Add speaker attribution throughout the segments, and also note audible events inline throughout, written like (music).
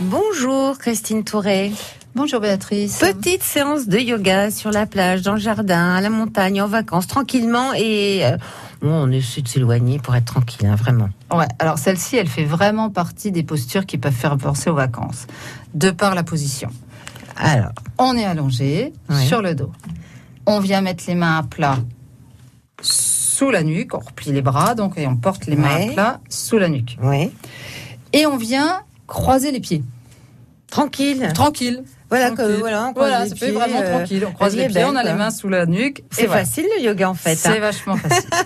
Speaker 1: Bonjour Christine Touré.
Speaker 2: Bonjour Béatrice.
Speaker 1: Petite séance de yoga sur la plage, dans le jardin, à la montagne, en vacances, tranquillement et euh, on essaie de s'éloigner pour être tranquille, hein, vraiment.
Speaker 2: Ouais, alors celle-ci, elle fait vraiment partie des postures qui peuvent faire penser aux vacances, de par la position.
Speaker 1: Alors,
Speaker 2: On est allongé
Speaker 1: Ouais.
Speaker 2: sur le dos. On vient mettre les mains à plat sous la nuque, on replie les bras donc et on porte les mains
Speaker 1: Ouais.
Speaker 2: à plat sous la nuque.
Speaker 1: oui.
Speaker 2: Et on vient croiser les pieds.
Speaker 1: Tranquille.
Speaker 2: Tranquille.
Speaker 1: Ah. Voilà,
Speaker 2: tranquille.
Speaker 1: que- voilà, on croise
Speaker 2: Voilà,
Speaker 1: les
Speaker 2: ça
Speaker 1: pieds,
Speaker 2: fait vraiment
Speaker 1: euh,
Speaker 2: tranquille. On croise
Speaker 1: vie
Speaker 2: les
Speaker 1: est
Speaker 2: pieds,
Speaker 1: belle,
Speaker 2: on a
Speaker 1: quoi.
Speaker 2: les mains sous la nuque.
Speaker 1: C'est
Speaker 2: et voilà.
Speaker 1: facile le yoga en fait.
Speaker 2: C'est
Speaker 1: hein.
Speaker 2: vachement facile.
Speaker 1: (laughs)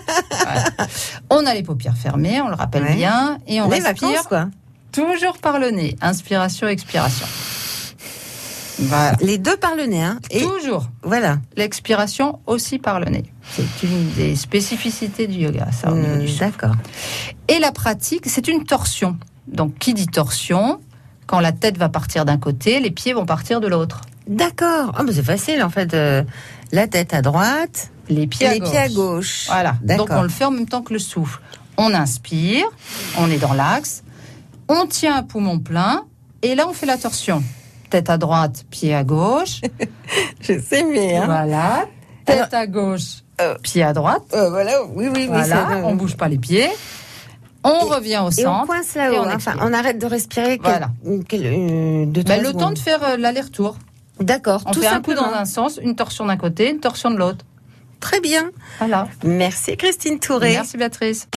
Speaker 2: Ouais. On a les paupières fermées, on le rappelle
Speaker 1: Ouais.
Speaker 2: bien, et on
Speaker 1: Les
Speaker 2: respire
Speaker 1: vacances quoi.
Speaker 2: toujours par le nez. Inspiration, expiration. Voilà.
Speaker 1: Les deux par le nez hein. Et
Speaker 2: Toujours
Speaker 1: voilà.
Speaker 2: l'expiration aussi par le nez. C'est une des spécificités du yoga, ça, au niveau
Speaker 1: Hum,
Speaker 2: du souffle.
Speaker 1: D'accord.
Speaker 2: Et la pratique, c'est une torsion. Donc, qui dit torsion Quand la tête va partir d'un côté, les pieds vont partir de l'autre.
Speaker 1: D'accord. Ah, mais c'est facile en fait. euh, la tête à droite,
Speaker 2: Les pieds,
Speaker 1: les pieds à gauche.
Speaker 2: Voilà.
Speaker 1: D'accord.
Speaker 2: Donc on le fait en même temps que le souffle. On inspire, on est dans l'axe, on tient un poumon plein, et là on fait la torsion. Tête à droite, pied à gauche.
Speaker 1: Je sais mais. hein.
Speaker 2: Voilà. Tête à gauche,
Speaker 1: Euh,
Speaker 2: pied à droite.
Speaker 1: Euh, voilà. Oui oui oui.
Speaker 2: Voilà.
Speaker 1: ça-
Speaker 2: On bouge pas les pieds. On
Speaker 1: Et-
Speaker 2: revient au
Speaker 1: Et on
Speaker 2: centre.
Speaker 1: coince là-haut.
Speaker 2: et on
Speaker 1: hein. Enfin,
Speaker 2: expire.
Speaker 1: on arrête de respirer.
Speaker 2: Voilà.
Speaker 1: quel- quel- euh, deux,
Speaker 2: Ben,
Speaker 1: trois
Speaker 2: le temps de
Speaker 1: secondes.
Speaker 2: faire euh, l'aller-retour.
Speaker 1: D'accord.
Speaker 2: On
Speaker 1: Tout
Speaker 2: fait un coup
Speaker 1: simplement.
Speaker 2: dans un sens, une torsion d'un côté, une torsion de l'autre.
Speaker 1: Très bien.
Speaker 2: Voilà.
Speaker 1: Merci Christine Touré.
Speaker 2: Merci Béatrice.